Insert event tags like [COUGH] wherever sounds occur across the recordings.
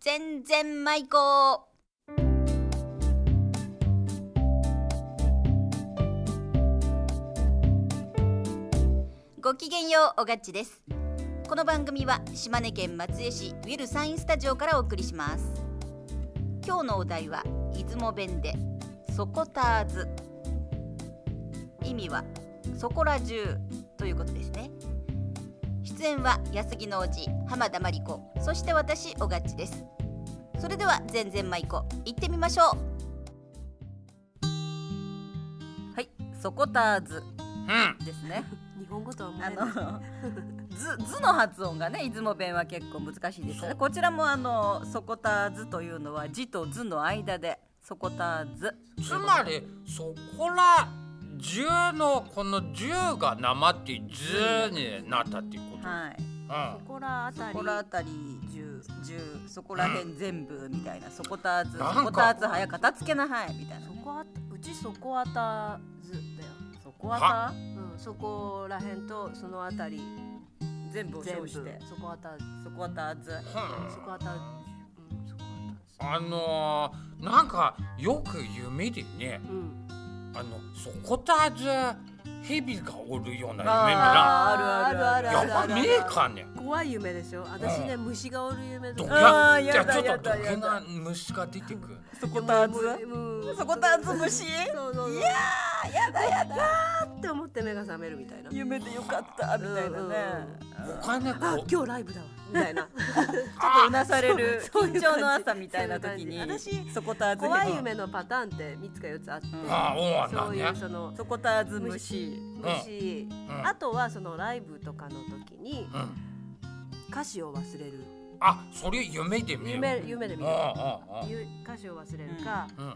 全然舞子ごきげんようおがっちですこの番組は島根県松江市ウィルサインスタジオからお送りします今日のお題は出雲弁でそこたーず意味はそこら中ということですね出演は安木のおじ浜田真理子そして私おがっちですそれでは全然舞子行ってみましょうはいそこたーずうんですね日本語とは [LAUGHS] 思あえのない。 「 [LAUGHS] ず」ずの発音がね出雲弁は結構難しいですよねこちらもあの「そこたず」というのは「じ」と「ず」の間で「そこたず」つまりそこら10のこの10がなって10になったっていうこと、はいそこらあたそり。こらあたり十十そこらへん全部みたいな「そこたず」「なんかそこたず」早片付けなはいみたいなそこあたうちそこあたずだよ。 「そこはうん、そこらへんとそのあたりた」全部を全部称そしてこあたず「そこはたず」うんそこあたうんそこああのー、なんかよく夢でねたうんあのそこたず蛇がおるような夢見あなあるあるあやーっぱねえかね怖い夢ですよ。私ね虫がおる夢どといか。あーやいややだちょっとやだ毒やな虫が出てくる「そこたず」「うんそこたず虫そうそうそう」いやーやだやだって思って目が覚めるみたいな。夢でよかったみたいなねお金こあう今日ライブだわみたいな。 [LAUGHS] ちょっとうなされる [LAUGHS] そうそうい緊う感張じの朝みたいな時にそういう感じそこたず怖い夢のパターンって三つか四つあって、ああおうなそんういねうそのそこたず虫虫、んあとはそのライブとかの時にうん歌詞を忘れるあそれ夢で見る夢夢でう見んるうんゆ歌詞を忘れるか、うん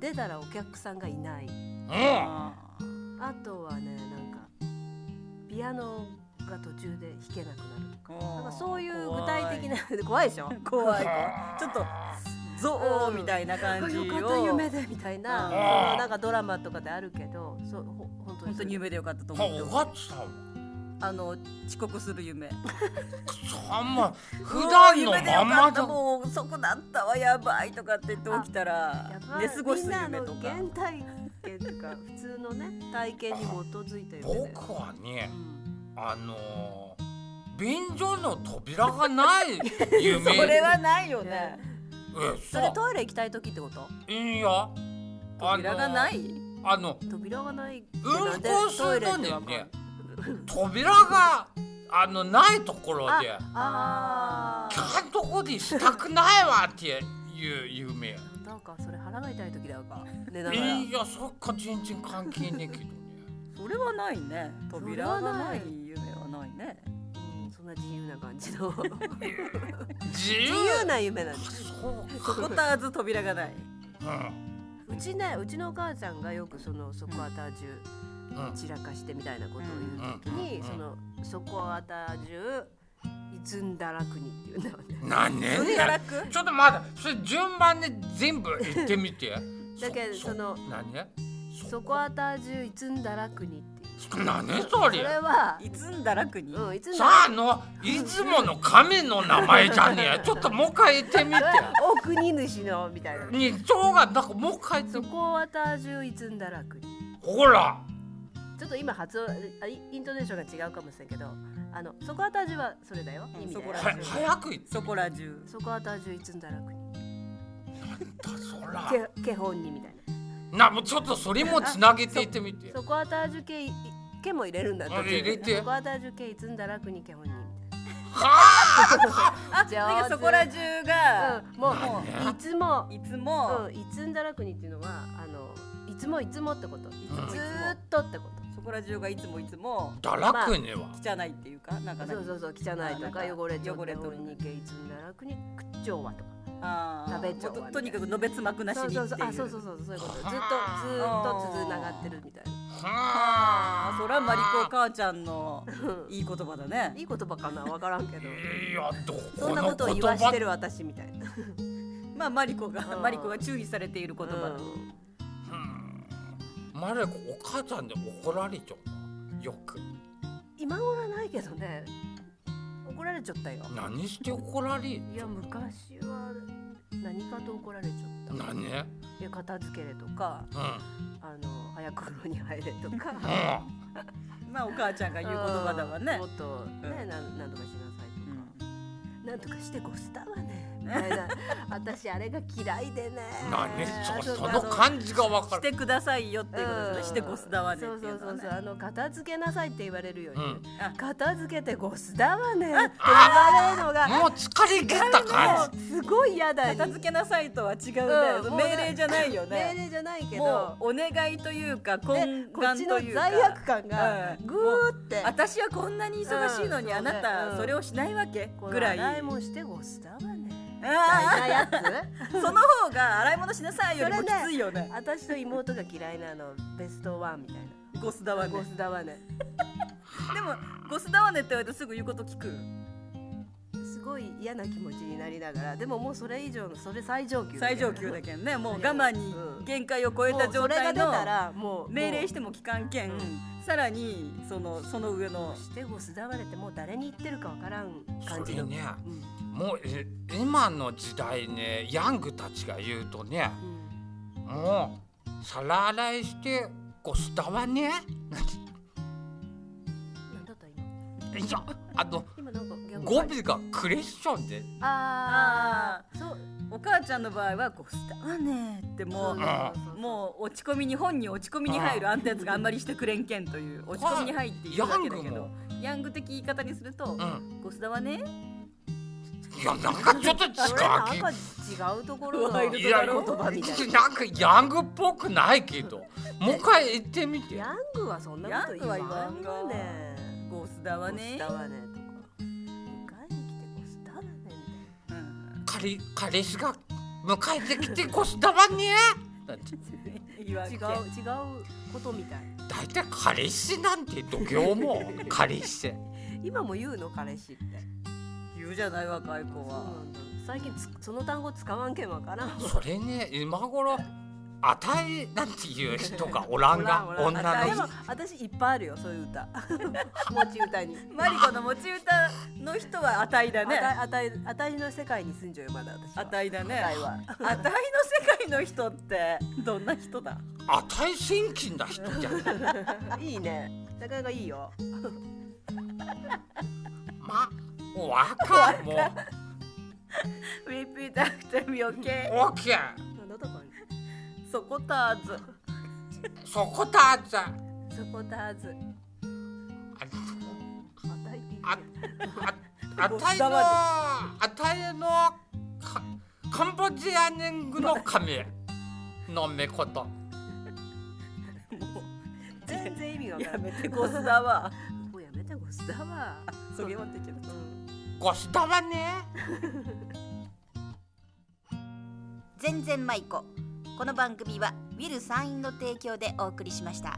出たらお客さんがいないうんうんああとはねなんかピアノが途中で弾けなくなるーなんかそういう具体的な怖いでしょ怖いあーちょっとゾーみたいな感じをよかった夢でみたいなうんそのなんかドラマとかであるけどそうほ本当本に当それに夢でよかったとあ思おうがつさんはあの遅刻する夢そあんま普段うのわ夢でよまかっんまただもうそこだったわやばいとかって言って起きたやらば寝い過ごすみんな夢のとか原体験とか普通のね体験に基づいた夢だよ僕はねうんあのー、便所の扉がない [LAUGHS] [LAUGHS] 夢それはないよねえそれトイレ行きたい時ってことういいよ扉がないあの扉がないってうんこするのにねか扉があのないところであキあャンとこでしたくないわっていう夢なんかそれ腹が痛い [LAUGHS] 時だか寝ながらいやそっか全然関係ねえけどねそれはないね扉がそれはなないい夢はないねうんそんな自由な感じの自自由由な夢なんあですそうそこたず扉がないうん [LAUGHS] うちねうちのお母ちゃんがよくそのそこあた中うん散らかしてみたいなことを言う時うんにうんそのそこあた中いつんだらくにっていうんだよね何ねうんだらくちょっと待ってそれ順番に全部言ってみて [LAUGHS] だけどその何そこあた中いつんだらくにっていう何そそれれは、いつんだらくにうん、いつんださあの出雲の神の名前じゃね [LAUGHS] えちょっともう一回言ってみてお国主のみたいなに蝶がなんかもう一回言そってこはた中いつんだらくにほらちょっと今発音あイイントネーションが違うかもしれんけどあのそこはた中はそれだようん意味だよそこらは早く言ってそこら中そこはた中いつんだらくにそらけけほんにみたいななもうちょっとそれもつなげて言ってみてそこはた中けいけも入れるんだ途中で入れてそこはた中けいつんだらくにけほんにみたいはあじゃあだからそこら中な、がうん、もうなもんでういつも、いつもうん、いつんだらくにっていうのはあのいつもいつもってことずんーっとってことそこら中がいつもいつもあ堕落ねは汚いっていうかなんかそうそううそう汚いとかあなんか汚れちゃう汚れととるにけいつんだらくにくっちょうわとかあー食べちゃうわもととにかくのべつ幕なしそうにそうってそういあそうそううそうそういうことずっとはずあーっとつながってるみたいなはあそれはマリコ母ちゃんのいい言葉だねいい言葉かなわからんけどいやどそんこなのことを言言わし葉てる私みたいなまあマリコがうんマリコが注意されている言葉だうんマレコお母ちゃんで怒られちゃうなよく今頃はないけどね怒られちゃったよ何して怒られいや昔は何かと怒られちゃった何うんいや片付けれとかあの早く風呂に入れとかまあお母ちゃんが言う言葉だわねうんもっとね、うんなん、なんとかしなさいとか、うなんとかしてごしたわね。みたいな私あれが嫌いでね。何あそとその感じがわんかしてるくださいよっていうことうでんすねしてゴスだわねっていそうそううのそはねうそうあの片付けなさいって言われるように、うんあ片付けてゴスだわねって言われるのがもう疲れ切ったも感うすごい嫌だよ片付けなさいとは違うねうんもう命令じゃないよ命ね令じゃないけもどうお願いというかで懇こっ願ちのというか罪悪感がうんぐーって、私はこんなに忙しいのにうんあなそうねうたんそれをしないわけこのぐらい洗い物してゴスだわねみあたいなやつあその方が洗い物しなさいよりもそきれねついよね私と妹が嫌いなのベストワンみたいなゴスだわねゴスだわねでもゴスだわねって言われてすぐ言うこと聞くすごい嫌な気持ちになりながらでももうそれ以上のそれ最上級最上級だけんねもう我慢にうん限界を超えもうた状態それが出のたらもう命令してても聞かんけんうんさらにそのその上のしてゴスだわれてもう誰に言ってるかわからんそ感じれの、ねうんもうえ今の時代ねヤングたちが言うとねうんもう皿洗いしてゴスだわねなんだった今いやあと今なんか逆語尾がクレッションでああそうお母ちゃんの場合はゴスだわねってもうそうもう落ち込みに本に落ち込みに入るあんたやつがあんまりしてくれんけんという落ち込みに入っているだけだけどヤング的言い方にするとうんゴスだわねいやなんかちょっと違うそれなん気か違うところのワイ言ルいや葉みたいななんかヤングっぽくないけどもう一回言ってみてヤングはそんなこと言わんわねヤングは言わんがゴスだわゴスねだわねとか迎えに来てゴスだわねみたういなん彼彼氏が迎えてきてゴスだわねだって言わん違けう違んうことみたい大体彼氏なんて度胸も彼氏今も言うの彼氏って言うじゃない若い子は最近つその単語使わんけんわからんそれね今頃あたいなんていう人がおらんがおらんお女のらんで人も私いっぱいあるよそういう歌 [LAUGHS] 持ち歌にマリコの持ち歌の人はあたいだあたねいあたいあたいの世界に住んじゃうよまだ私はあたいだねあたいはあたいの世界の人ってどんな人だあたい先金な人じゃないいいねなかなかいいよまあ若も Repeat after me, [LAUGHS] okay? オッケーなんだったかそこたーずそこたあざなそこたーずあたいって言ってあああたいのあたいのカカンボジア人の神のめこと全然意味がわからやんめてゴスだわもうやめてゴスだわそげまっていけどゴスだわね全然舞子この番組はウィル・サインの提供でお送りしました。